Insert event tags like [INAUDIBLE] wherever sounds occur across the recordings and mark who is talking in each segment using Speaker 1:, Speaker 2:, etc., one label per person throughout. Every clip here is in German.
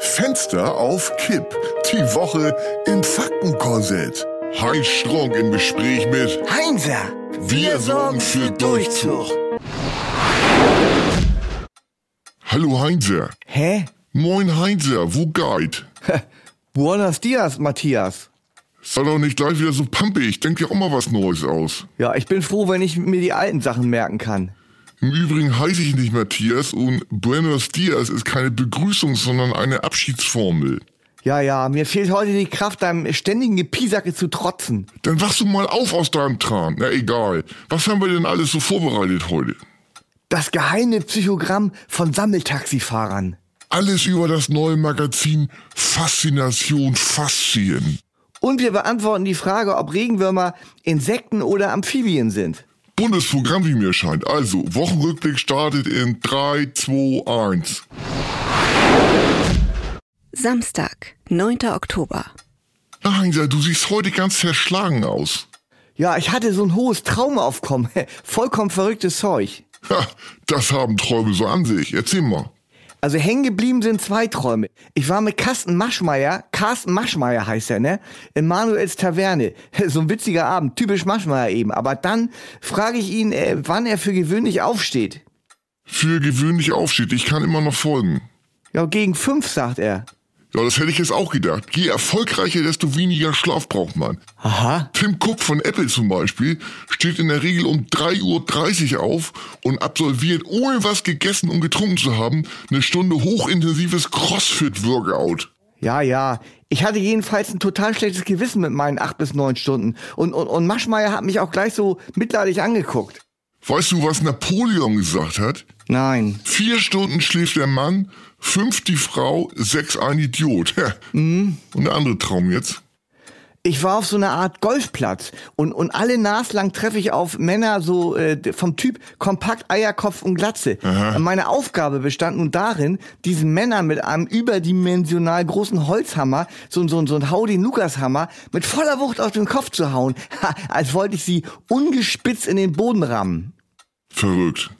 Speaker 1: Fenster auf Kipp. Die Woche im Faktenkorsett. Heinz Strunk im Gespräch mit
Speaker 2: Heinzer,
Speaker 1: Wir sorgen für Durchzug. Hallo Heinzer.
Speaker 2: Hä? [LAUGHS]
Speaker 1: Moin Heinzer, wo geht?
Speaker 2: Buenos dias, Matthias.
Speaker 1: Sei doch nicht gleich wieder so pampig. Ich denk dir auch mal was Neues aus.
Speaker 2: Ja, ich bin froh, wenn ich mir die alten Sachen merken kann.
Speaker 1: Im Übrigen heiße ich nicht Matthias und Buenos Dias ist keine Begrüßung, sondern eine Abschiedsformel.
Speaker 2: Ja, ja, mir fehlt heute die Kraft, deinem ständigen Gepiesacke zu trotzen.
Speaker 1: Dann wachst du mal auf aus deinem Tran. Na egal. Was haben wir denn alles so vorbereitet heute?
Speaker 2: Das geheime Psychogramm von Sammeltaxifahrern.
Speaker 1: Alles über das neue Magazin Faszination Faszien.
Speaker 2: Und wir beantworten die Frage, ob Regenwürmer Insekten oder Amphibien sind.
Speaker 1: Bundesprogramm, wie mir scheint. Also, Wochenrückblick startet in 3, 2, 1.
Speaker 3: Samstag, 9. Oktober.
Speaker 1: Na, Heinzer, du siehst heute ganz zerschlagen aus.
Speaker 2: Ja, ich hatte so ein hohes Traumaufkommen. [LAUGHS] Vollkommen verrücktes Zeug.
Speaker 1: Ha, das haben Träume so an sich. Erzähl mal.
Speaker 2: Also hängen geblieben sind zwei Träume. Ich war mit Carsten Maschmeyer, Carsten Maschmeyer heißt er, ne? In Manuels Taverne. [LAUGHS] So ein witziger Abend, typisch Maschmeyer eben. Aber dann frage ich ihn, äh, wann er für gewöhnlich aufsteht.
Speaker 1: Für gewöhnlich aufsteht, ich kann immer noch folgen.
Speaker 2: Ja, gegen fünf, sagt er.
Speaker 1: Ja, das hätte ich jetzt auch gedacht. Je erfolgreicher, desto weniger Schlaf braucht man.
Speaker 2: Aha.
Speaker 1: Tim Cook von Apple zum Beispiel steht in der Regel um 3.30 Uhr auf und absolviert, ohne was gegessen und getrunken zu haben, eine Stunde hochintensives Crossfit-Workout.
Speaker 2: Ja, ja. Ich hatte jedenfalls ein total schlechtes Gewissen mit meinen acht bis neun Stunden. Und, und, und Maschmeyer hat mich auch gleich so mitleidig angeguckt.
Speaker 1: Weißt du, was Napoleon gesagt hat?
Speaker 2: Nein.
Speaker 1: Vier Stunden schläft der Mann, fünf die Frau, sechs ein Idiot. [LAUGHS] Und der andere Traum jetzt.
Speaker 2: Ich war auf so einer Art Golfplatz und, und alle naslang treffe ich auf Männer so äh, vom Typ kompakt Eierkopf und Glatze. Und Meine Aufgabe bestand nun darin, diesen Männern mit einem überdimensional großen Holzhammer, so, so, so ein Howdy Lukas Hammer, mit voller Wucht auf den Kopf zu hauen, ha, als wollte ich sie ungespitzt in den Boden rammen.
Speaker 1: Verrückt.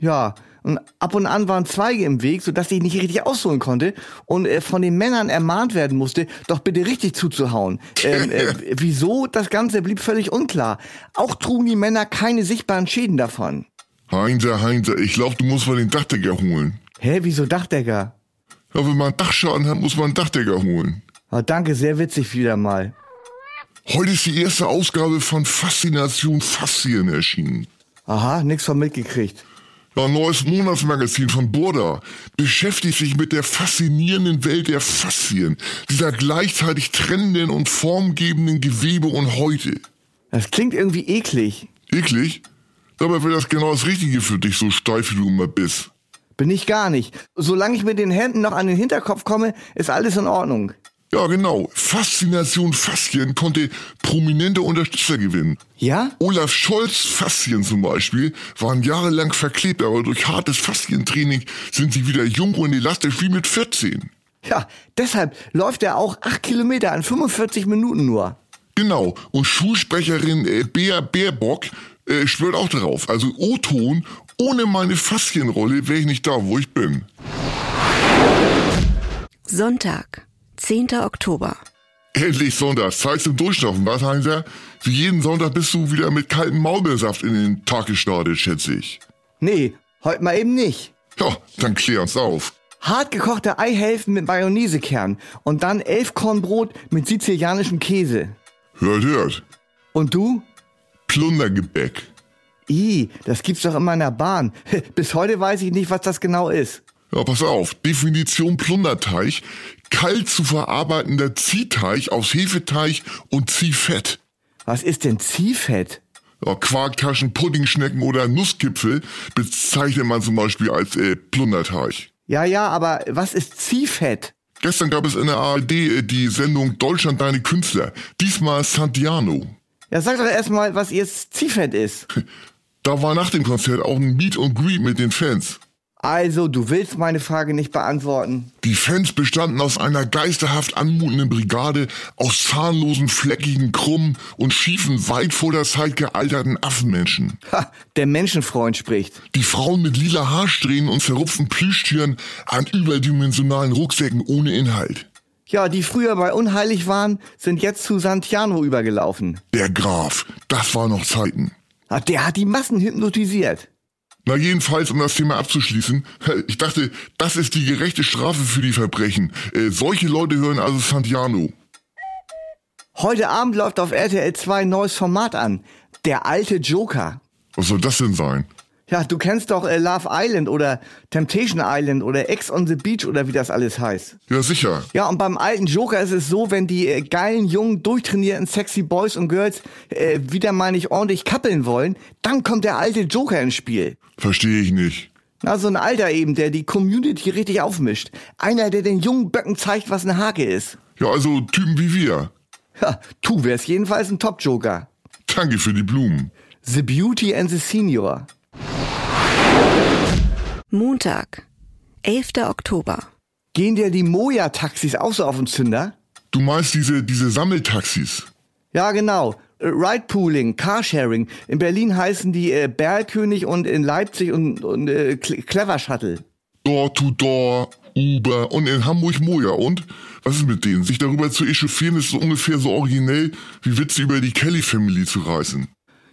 Speaker 2: Ja, und ab und an waren Zweige im Weg, sodass ich nicht richtig ausholen konnte und äh, von den Männern ermahnt werden musste, doch bitte richtig zuzuhauen. Ähm, äh, wieso? Das Ganze blieb völlig unklar. Auch trugen die Männer keine sichtbaren Schäden davon.
Speaker 1: Heinzer, Heinzer, ich glaube, du musst mal den Dachdecker holen.
Speaker 2: Hä, wieso Dachdecker?
Speaker 1: Ja, wenn man Dachschaden hat, muss man einen Dachdecker holen.
Speaker 2: Ah, danke, sehr witzig wieder mal.
Speaker 1: Heute ist die erste Ausgabe von Faszination Faszien erschienen.
Speaker 2: Aha, nix von mitgekriegt.
Speaker 1: Ja, neues Monatsmagazin von Burda beschäftigt sich mit der faszinierenden Welt der Faszien, dieser gleichzeitig trennenden und formgebenden Gewebe und Häute.
Speaker 2: Das klingt irgendwie eklig.
Speaker 1: Eklig? Dabei wäre das genau das Richtige für dich, so steif wie du immer bist.
Speaker 2: Bin ich gar nicht. Solange ich mit den Händen noch an den Hinterkopf komme, ist alles in Ordnung.
Speaker 1: Ja, genau. Faszination Faszien konnte prominente Unterstützer gewinnen.
Speaker 2: Ja?
Speaker 1: Olaf Scholz Faszien zum Beispiel waren jahrelang verklebt, aber durch hartes Faszientraining sind sie wieder jung und elastisch wie mit 14.
Speaker 2: Ja, deshalb läuft er auch acht Kilometer in 45 Minuten nur.
Speaker 1: Genau. Und Schulsprecherin äh, Bea Baerbock äh, schwört auch darauf. Also O-Ton, ohne meine Faszienrolle wäre ich nicht da, wo ich bin.
Speaker 3: Sonntag, 10. Oktober.
Speaker 1: Endlich Sonntag. Zeit zum Durchschnaufen, was, Heinzer? Wie jeden Sonntag bist du wieder mit kaltem Maulbeersaft in den Tag gestartet, schätze ich.
Speaker 2: Nee, heute mal eben nicht.
Speaker 1: Ja, dann klär uns auf.
Speaker 2: Hart gekochte Eihälften mit Mayonnaisekern und dann Elfkornbrot mit sizilianischem Käse.
Speaker 1: Hört, hört.
Speaker 2: Und du?
Speaker 1: Plundergebäck.
Speaker 2: I, das gibt's doch immer in der Bahn. [LAUGHS] Bis heute weiß ich nicht, was das genau ist.
Speaker 1: Ja, pass auf. Definition Plunderteig. Kalt zu verarbeitender Ziehteig aus Hefeteig und Ziehfett.
Speaker 2: Was ist denn Ziehfett?
Speaker 1: Ja, Quarktaschen, Puddingschnecken oder Nusskipfel bezeichnet man zum Beispiel als äh, Plunderteig.
Speaker 2: Ja, ja, aber was ist Ziehfett?
Speaker 1: Gestern gab es in der ARD äh, die Sendung Deutschland deine Künstler. Diesmal Santiano.
Speaker 2: Ja, sag doch erstmal, was ihr Ziehfett ist.
Speaker 1: Da war nach dem Konzert auch ein Meet and Greet mit den Fans.
Speaker 2: Also, du willst meine Frage nicht beantworten.
Speaker 1: Die Fans bestanden aus einer geisterhaft anmutenden Brigade aus zahnlosen, fleckigen, krummen und schiefen, weit vor der Zeit gealterten Affenmenschen.
Speaker 2: Ha, der Menschenfreund spricht.
Speaker 1: Die Frauen mit lila Haarsträhnen und zerrupften Plüschtieren an überdimensionalen Rucksäcken ohne Inhalt.
Speaker 2: Ja, die früher bei unheilig waren, sind jetzt zu Santiano übergelaufen.
Speaker 1: Der Graf, das war noch Zeiten.
Speaker 2: Ah, Der hat die Massen hypnotisiert.
Speaker 1: Na jedenfalls, um das Thema abzuschließen, ich dachte, das ist die gerechte Strafe für die Verbrechen. Äh, solche Leute hören also Santiano.
Speaker 2: Heute Abend läuft auf RTL 2 ein neues Format an. Der alte Joker.
Speaker 1: Was soll das denn sein?
Speaker 2: Ja, du kennst doch äh, Love Island oder Temptation Island oder Ex on the Beach oder wie das alles heißt.
Speaker 1: Ja sicher,
Speaker 2: Ja, und beim alten Joker ist es so, wenn die äh, geilen, jungen, durchtrainierten, sexy Boys und Girls äh, wieder mal nicht ordentlich kappeln wollen, dann kommt der alte Joker ins Spiel.
Speaker 1: verstehe ich nicht.
Speaker 2: Na, so ein Alter eben, der die Community richtig aufmischt. Einer, der den jungen Böcken zeigt, was eine Hake ist.
Speaker 1: Ja, also Typen wie wir.
Speaker 2: Ha, tu wärst jedenfalls ein Top-Joker.
Speaker 1: Danke für die Blumen.
Speaker 2: The Beauty and the Senior.
Speaker 3: Montag, 11. Oktober.
Speaker 2: Gehen dir die Moja-Taxis auch so auf den Zünder?
Speaker 1: Du meinst diese, diese Sammeltaxis?
Speaker 2: Ja, genau. Äh, Ridepooling, Carsharing. In Berlin heißen die äh, Berlkönig und in Leipzig und, und äh, Cle- Clever Shuttle.
Speaker 1: Door-to-Door, Uber und in Hamburg Moja. Und? Was ist mit denen? Sich darüber zu echauffieren ist so ungefähr so originell, wie Witze über die Kelly-Family zu reißen.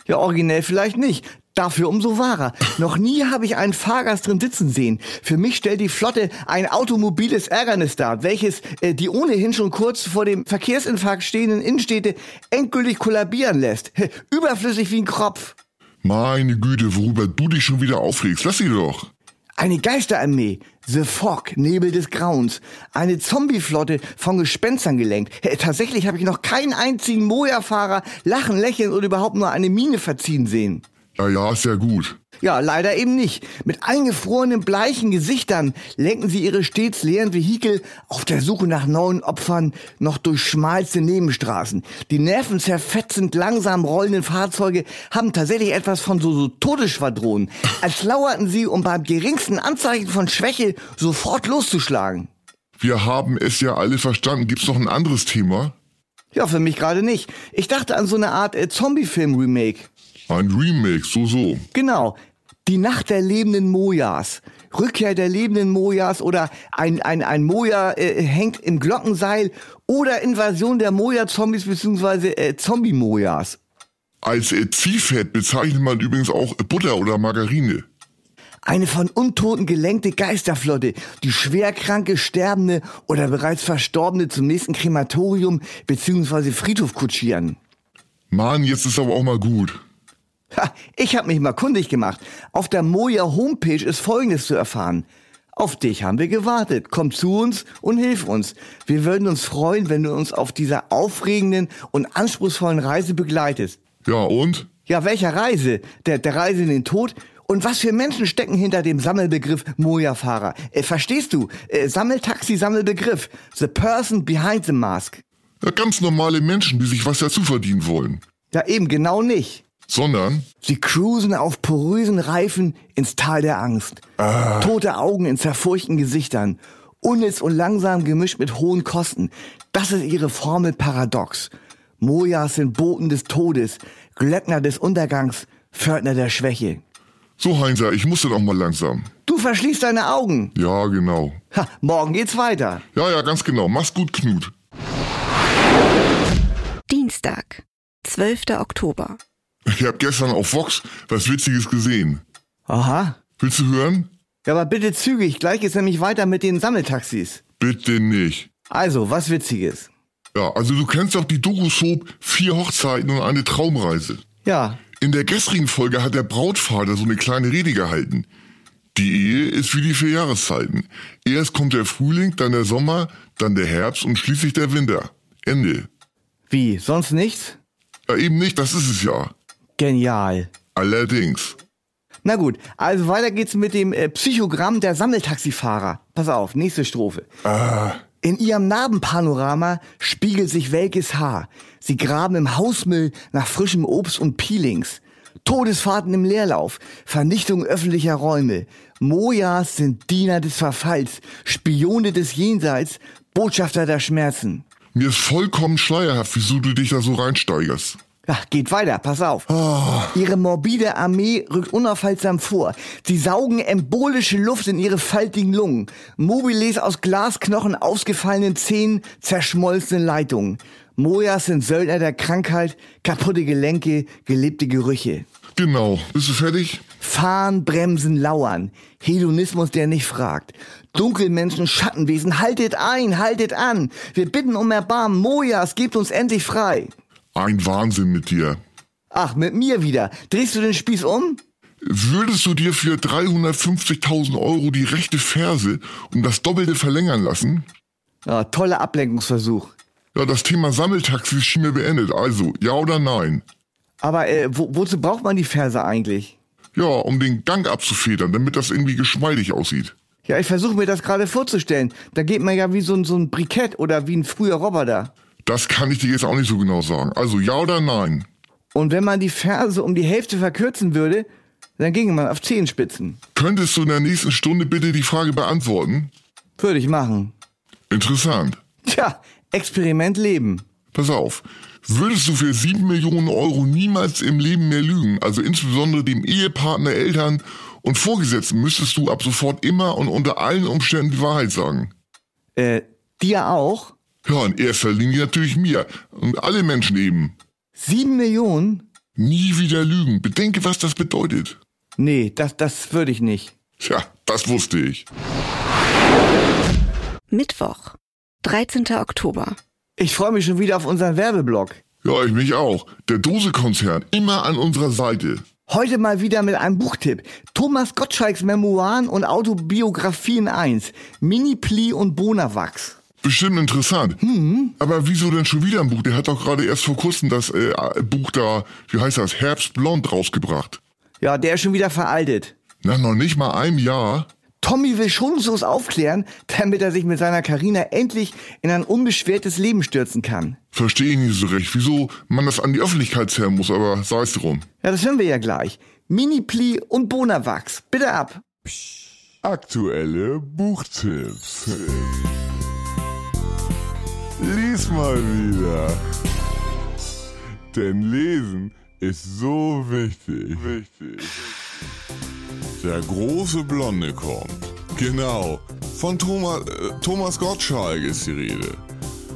Speaker 2: Ja, originell vielleicht nicht. Dafür umso wahrer. Noch nie habe ich einen Fahrgast drin sitzen sehen. Für mich stellt die Flotte ein automobiles Ärgernis dar, welches äh, die ohnehin schon kurz vor dem Verkehrsinfarkt stehenden Innenstädte endgültig kollabieren lässt. Überflüssig wie ein Kropf.
Speaker 1: Meine Güte, worüber du dich schon wieder aufregst. Lass sie doch.
Speaker 2: Eine Geisterarmee, The Fog, Nebel des Grauens, eine Zombieflotte von Gespenstern gelenkt. Hey, tatsächlich habe ich noch keinen einzigen Moja-Fahrer lachen, lächeln oder überhaupt nur eine Miene verziehen sehen.
Speaker 1: Ja, ja, ist ja gut.
Speaker 2: Ja, leider eben nicht. Mit eingefrorenen, bleichen Gesichtern lenken sie ihre stets leeren Vehikel auf der Suche nach neuen Opfern noch durch schmalste Nebenstraßen. Die nervenzerfetzend langsam rollenden Fahrzeuge haben tatsächlich etwas von so, so Todesschwadronen, als lauerten sie, um beim geringsten Anzeichen von Schwäche sofort loszuschlagen.
Speaker 1: Wir haben es ja alle verstanden. Gibt's noch ein anderes Thema?
Speaker 2: Ja, für mich gerade nicht. Ich dachte an so eine Art äh, Zombie-Film-Remake.
Speaker 1: Ein Remake, so, so.
Speaker 2: Genau. Die Nacht der lebenden Mojas. Rückkehr der lebenden Mojas oder ein, ein, ein Moja äh, hängt im Glockenseil oder Invasion der Moja-Zombies beziehungsweise Äh, Zombie-Mojas.
Speaker 1: Als äh, Ziehfett bezeichnet man übrigens auch Butter oder Margarine.
Speaker 2: Eine von Untoten gelenkte Geisterflotte, die schwerkranke, sterbende oder bereits Verstorbene zum nächsten Krematorium beziehungsweise Friedhof kutschieren.
Speaker 1: Mann, jetzt ist aber auch mal gut.
Speaker 2: Ha, ich habe mich mal kundig gemacht. Auf der Moja Homepage ist Folgendes zu erfahren. Auf dich haben wir gewartet. Komm zu uns und hilf uns. Wir würden uns freuen, wenn du uns auf dieser aufregenden und anspruchsvollen Reise begleitest.
Speaker 1: Ja, und?
Speaker 2: Ja, welcher Reise? Der, der Reise in den Tod? Und was für Menschen stecken hinter dem Sammelbegriff Moja-Fahrer? Äh, verstehst du? Äh, Sammeltaxi, Sammelbegriff. The person behind the mask.
Speaker 1: Ja, ganz normale Menschen, die sich was dazu verdienen wollen.
Speaker 2: Ja, eben genau nicht.
Speaker 1: Sondern,
Speaker 2: Sie cruisen auf porösen Reifen ins Tal der Angst. Tote Augen in zerfurchten Gesichtern. Unnütz und langsam gemischt mit hohen Kosten. Das ist ihre Formel paradox. Mojas sind Boten des Todes, Glöckner des Untergangs, Fördner der Schwäche.
Speaker 1: so Heinzer, ich muss dann auch mal langsam.
Speaker 2: Du verschließt deine Augen.
Speaker 1: Ja, genau.
Speaker 2: Ha, morgen geht's weiter.
Speaker 1: Ja, ja, ganz genau. Mach's gut, Knut.
Speaker 3: Dienstag, 12. Oktober.
Speaker 1: Ich hab gestern auf Vox was Witziges gesehen.
Speaker 2: Aha.
Speaker 1: Willst du hören?
Speaker 2: Ja, aber bitte zügig. Gleich geht's nämlich weiter mit den Sammeltaxis.
Speaker 1: Bitte nicht.
Speaker 2: Also, was Witziges.
Speaker 1: Ja, also du kennst doch die Doku-Soap Vier Hochzeiten und eine Traumreise.
Speaker 2: Ja.
Speaker 1: In der gestrigen Folge hat der Brautvater so eine kleine Rede gehalten. Die Ehe ist wie die vier Jahreszeiten. Erst kommt der Frühling, dann der Sommer, dann der Herbst und schließlich der Winter. Ende.
Speaker 2: Wie? Sonst nichts?
Speaker 1: Ja, eben nicht, das ist es ja.
Speaker 2: Genial.
Speaker 1: Allerdings.
Speaker 2: Na gut, also weiter geht's mit dem äh, Psychogramm der Sammeltaxifahrer. Pass auf, nächste Strophe. In ihrem Narbenpanorama spiegelt sich welkes Haar. Sie graben im Hausmüll nach frischem Obst und Peelings. Todesfahrten im Leerlauf, Vernichtung öffentlicher Räume. Mojas sind Diener des Verfalls, Spione des Jenseits, Botschafter der Schmerzen.
Speaker 1: Mir ist vollkommen schleierhaft, wieso du dich da so reinsteigerst.
Speaker 2: Ach, geht weiter, pass auf. Ihre morbide Armee rückt unaufhaltsam vor. Sie saugen embolische Luft in ihre faltigen Lungen. Mobiles aus Glasknochen, ausgefallenen Zähnen, zerschmolzene Leitungen. Mojas sind Söldner der Krankheit, kaputte Gelenke, gelebte Gerüche.
Speaker 1: Genau. Bist du fertig?
Speaker 2: Fahren, Bremsen, Lauern. Hedonismus, der nicht fragt. Dunkelmenschen, Schattenwesen, haltet ein, haltet an. Wir bitten um Erbarmen. Mojas, gebt uns endlich frei.
Speaker 1: Ein Wahnsinn mit dir.
Speaker 2: Ach, mit mir wieder. Drehst du den Spieß um?
Speaker 1: Würdest du dir für 350.000 Euro die rechte Ferse um das Doppelte verlängern lassen?
Speaker 2: Ah, toller Ablenkungsversuch.
Speaker 1: Ja, das Thema Sammeltaxis schien mir beendet. Also, ja oder nein?
Speaker 2: Aber äh, wo, wozu braucht man die Verse eigentlich?
Speaker 1: Ja, um den Gang abzufedern, damit das irgendwie geschmeidig aussieht.
Speaker 2: Ja, ich versuche mir das gerade vorzustellen. Da geht man ja wie so ein, so ein Brikett oder wie ein früher Roboter.
Speaker 1: Das kann ich dir jetzt auch nicht so genau sagen. Also, ja oder nein?
Speaker 2: Und wenn man die Verse um die Hälfte verkürzen würde, dann ginge man auf Zehenspitzen.
Speaker 1: Könntest du in der nächsten Stunde bitte die Frage beantworten?
Speaker 2: Würde ich machen.
Speaker 1: Interessant.
Speaker 2: Tja, Experiment Leben.
Speaker 1: Pass auf. Würdest du für 7 Millionen Euro niemals im Leben mehr lügen, also insbesondere dem Ehepartner, Eltern und Vorgesetzten, müsstest du ab sofort immer und unter allen Umständen die Wahrheit sagen.
Speaker 2: Äh, dir auch?
Speaker 1: Ja, in erster Linie natürlich mir und alle Menschen eben.
Speaker 2: Sieben Millionen?
Speaker 1: Nie wieder lügen. Bedenke, was das bedeutet.
Speaker 2: Nee, das, das würde ich nicht.
Speaker 1: Tja, das wusste ich.
Speaker 3: Mittwoch, 13. Oktober.
Speaker 2: Ich freue mich schon wieder auf unseren Werbeblock.
Speaker 1: Ja, ich mich auch. Der Dose-Konzern, immer an unserer Seite.
Speaker 2: Heute mal wieder mit einem Buchtipp. Thomas Gottschalks Memoiren und Autobiografien 1. Mini Pli und Bonawachs.
Speaker 1: Bestimmt interessant. Aber wieso denn schon wieder ein Buch? Der hat doch gerade erst vor kurzem das äh, Buch da, wie heißt das, Herbstblond rausgebracht.
Speaker 2: Ja, der ist schon wieder veraltet.
Speaker 1: Nach noch nicht mal einem Jahr.
Speaker 2: Tommy will schonungslos aufklären, damit er sich mit seiner Karina endlich in ein unbeschwertes Leben stürzen kann.
Speaker 1: Verstehe ich nicht so recht, wieso man das an die Öffentlichkeit zerren muss, aber sei es drum.
Speaker 2: Ja, das hören wir ja gleich. Mini Pli und Bonawachs. Bitte ab.
Speaker 4: Aktuelle Buchtipps. Lies mal wieder. Denn Lesen ist so wichtig. Wichtig. Der große Blonde kommt. Genau. Von Thomas, äh, Thomas Gottschalk ist die Rede.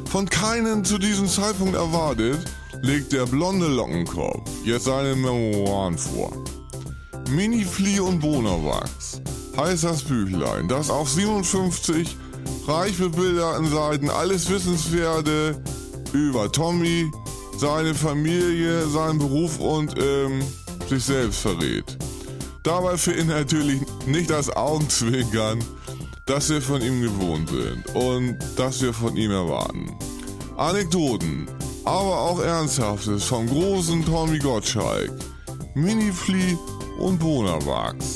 Speaker 4: Von keinem zu diesem Zeitpunkt erwartet, legt der blonde Lockenkopf jetzt seine Memoiren vor. Mini Flea und Bonawachs heißt das Büchlein, das auf 57 reich bebilderten Seiten alles Wissenswerte über Tommy, seine Familie, seinen Beruf und ähm, sich selbst verrät. Dabei fehlt natürlich nicht das Augenzwinkern, das wir von ihm gewohnt sind und das wir von ihm erwarten. Anekdoten, aber auch Ernsthaftes vom großen Tommy Gottschalk, Mini Flea und Bonawachs.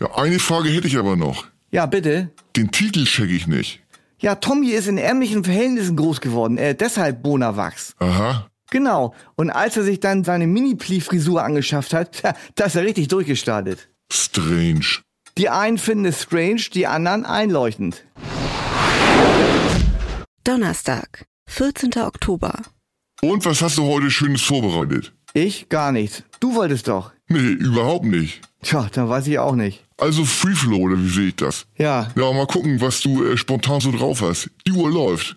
Speaker 1: Ja, eine Frage hätte ich aber noch.
Speaker 2: Ja, bitte.
Speaker 1: Den Titel check ich nicht.
Speaker 2: Ja, Tommy ist in ärmlichen Verhältnissen groß geworden, äh, deshalb Bonawachs.
Speaker 1: Aha.
Speaker 2: Genau. Und als er sich dann seine Mini-Pli-Frisur angeschafft hat, [LAUGHS] tja, da ist er richtig durchgestartet.
Speaker 1: Strange.
Speaker 2: Die einen finden es strange, die anderen einleuchtend.
Speaker 3: Donnerstag, 14. Oktober.
Speaker 1: Und was hast du heute Schönes vorbereitet?
Speaker 2: Ich gar nichts. Du wolltest doch.
Speaker 1: Nee, überhaupt nicht.
Speaker 2: Tja, dann weiß ich auch nicht.
Speaker 1: Also Free Flow, oder wie sehe ich das?
Speaker 2: Ja,
Speaker 1: Ja, mal gucken, was du äh, spontan so drauf hast. Die Uhr läuft.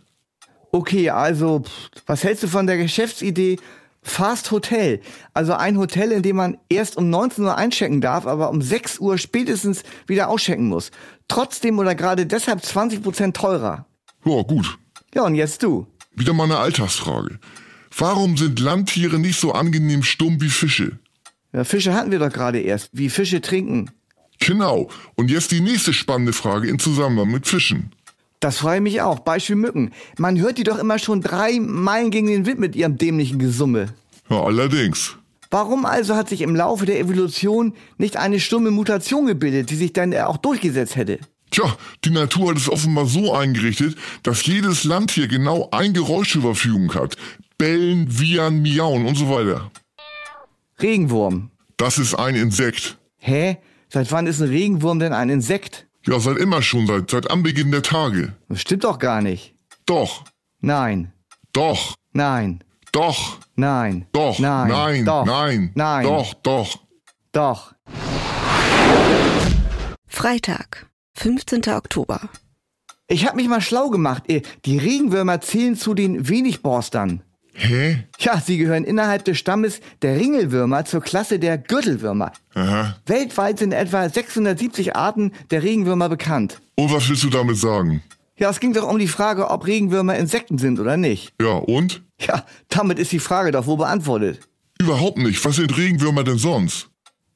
Speaker 2: Okay, also, pff, was hältst du von der Geschäftsidee Fast Hotel? Also ein Hotel, in dem man erst um 19 Uhr einchecken darf, aber um 6 Uhr spätestens wieder auschecken muss. Trotzdem oder gerade deshalb 20% teurer.
Speaker 1: Ja, gut.
Speaker 2: Ja, und jetzt du.
Speaker 1: Wieder mal eine Alltagsfrage. Warum sind Landtiere nicht so angenehm stumm wie Fische?
Speaker 2: Ja, Fische hatten wir doch gerade erst, wie Fische trinken.
Speaker 1: Genau. Und jetzt die nächste spannende Frage in Zusammenhang mit Fischen.
Speaker 2: Das freue mich auch. Beispiel Mücken. Man hört die doch immer schon drei Meilen gegen den Wind mit ihrem dämlichen Gesumme.
Speaker 1: Ja, allerdings.
Speaker 2: Warum also hat sich im Laufe der Evolution nicht eine stumme Mutation gebildet, die sich dann auch durchgesetzt hätte?
Speaker 1: Tja, die Natur hat es offenbar so eingerichtet, dass jedes Land hier genau ein Geräusch zur Verfügung hat. Bellen, Wiehern, Miauen und so weiter.
Speaker 2: Regenwurm.
Speaker 1: Das ist ein Insekt.
Speaker 2: Hä? Seit wann ist ein Regenwurm denn ein Insekt?
Speaker 1: Ja, seit immer schon, seit, seit Anbeginn der Tage.
Speaker 2: Das stimmt doch gar nicht.
Speaker 1: Doch,
Speaker 2: Nein.
Speaker 1: doch,
Speaker 2: Nein.
Speaker 1: doch,
Speaker 2: Nein.
Speaker 1: doch,
Speaker 2: Nein.
Speaker 1: nein,
Speaker 2: doch,
Speaker 1: nein,
Speaker 2: Nein.
Speaker 1: doch, doch.
Speaker 2: Doch.
Speaker 3: Freitag, 15. Oktober.
Speaker 2: Ich hab mich mal schlau gemacht. Äh, Die Regenwürmer zählen zu den Wenigborstern.
Speaker 1: Hä?
Speaker 2: Ja, sie gehören innerhalb des Stammes der Ringelwürmer zur Klasse der Gürtelwürmer.
Speaker 1: Aha.
Speaker 2: Weltweit sind etwa 670 Arten der Regenwürmer bekannt.
Speaker 1: Und was willst du damit sagen?
Speaker 2: Ja, es ging doch um die Frage, ob Regenwürmer Insekten sind oder nicht.
Speaker 1: Ja, und?
Speaker 2: Ja, damit ist die Frage doch wohl beantwortet.
Speaker 1: Überhaupt nicht. Was sind Regenwürmer denn sonst?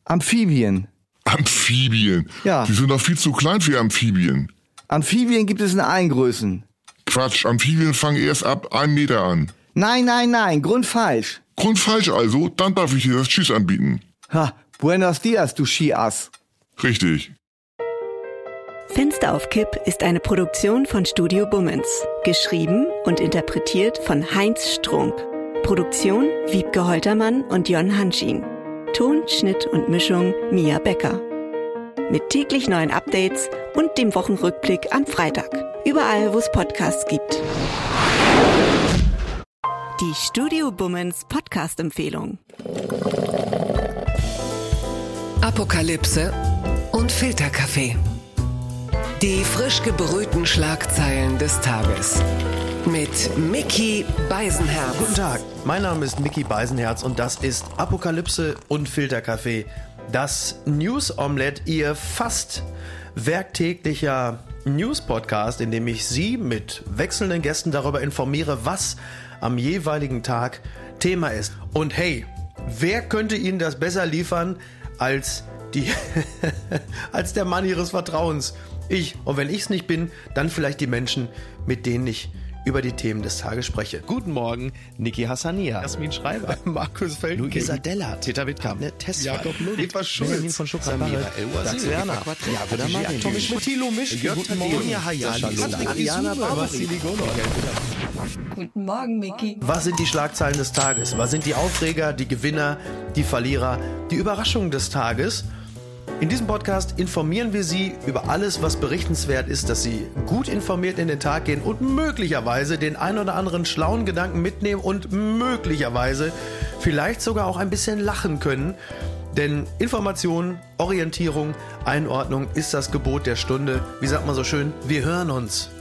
Speaker 2: Amphibien.
Speaker 1: Amphibien.
Speaker 2: Ja.
Speaker 1: Die sind doch viel zu klein für Amphibien.
Speaker 2: Amphibien gibt es in allen Größen.
Speaker 1: Quatsch, Amphibien fangen erst ab 1 Meter an.
Speaker 2: Nein, nein, nein, grundfalsch.
Speaker 1: Grundfalsch also, dann darf ich dir das Tschüss anbieten.
Speaker 2: Ha, buenos dias, du Skiass.
Speaker 1: Richtig.
Speaker 3: Fenster auf Kipp ist eine Produktion von Studio Bummens. Geschrieben und interpretiert von Heinz Strunk. Produktion Wiebke Holtermann und Jon Hanschin. Ton, Schnitt und Mischung Mia Becker. Mit täglich neuen Updates und dem Wochenrückblick am Freitag. Überall, wo es Podcasts gibt. Die Studio Bummens Podcast-Empfehlung.
Speaker 5: Apokalypse und Filterkaffee. Die frisch gebrühten Schlagzeilen des Tages. Mit Mickey Beisenherz.
Speaker 6: Guten Tag, mein Name ist Mickey Beisenherz und das ist Apokalypse und Filterkaffee. Das News Omelette, ihr fast werktäglicher News Podcast, in dem ich Sie mit wechselnden Gästen darüber informiere, was am jeweiligen Tag Thema ist. Und hey, wer könnte Ihnen das besser liefern als die [LAUGHS] als der Mann Ihres Vertrauens? Ich. Und wenn ich es nicht bin, dann vielleicht die Menschen, mit denen ich über die Themen des Tages spreche.
Speaker 7: Guten Morgen, Niki Hassania, Jasmin [LAUGHS] Schreiber,
Speaker 6: Markus Feldknecht.
Speaker 7: Luisa Dellert, Peter Wittkamp,
Speaker 6: Ne, Testfall.
Speaker 7: Jakob Ludig,
Speaker 6: Edward Schulz.
Speaker 7: Benjamin von
Speaker 6: Samira
Speaker 7: Schuckert-Barrett,
Speaker 6: El-Wazir,
Speaker 7: Dax Werner,
Speaker 6: Eva Quadrat,
Speaker 7: Jakob
Speaker 6: Nadia
Speaker 7: Marin,
Speaker 6: Tommy Schmidt,
Speaker 7: Thilo Mischke,
Speaker 6: Guten Morgen,
Speaker 7: Hayali,
Speaker 6: Ariana
Speaker 7: Ariana
Speaker 6: Barbarin,
Speaker 7: Barbarin,
Speaker 8: Guten Morgen, Mickey.
Speaker 6: Was sind die Schlagzeilen des Tages? Was sind die Aufreger, die Gewinner, die Verlierer, die Überraschungen des Tages? In diesem Podcast informieren wir Sie über alles, was berichtenswert ist, dass Sie gut informiert in den Tag gehen und möglicherweise den ein oder anderen schlauen Gedanken mitnehmen und möglicherweise vielleicht sogar auch ein bisschen lachen können. Denn Information, Orientierung, Einordnung ist das Gebot der Stunde. Wie sagt man so schön? Wir hören uns.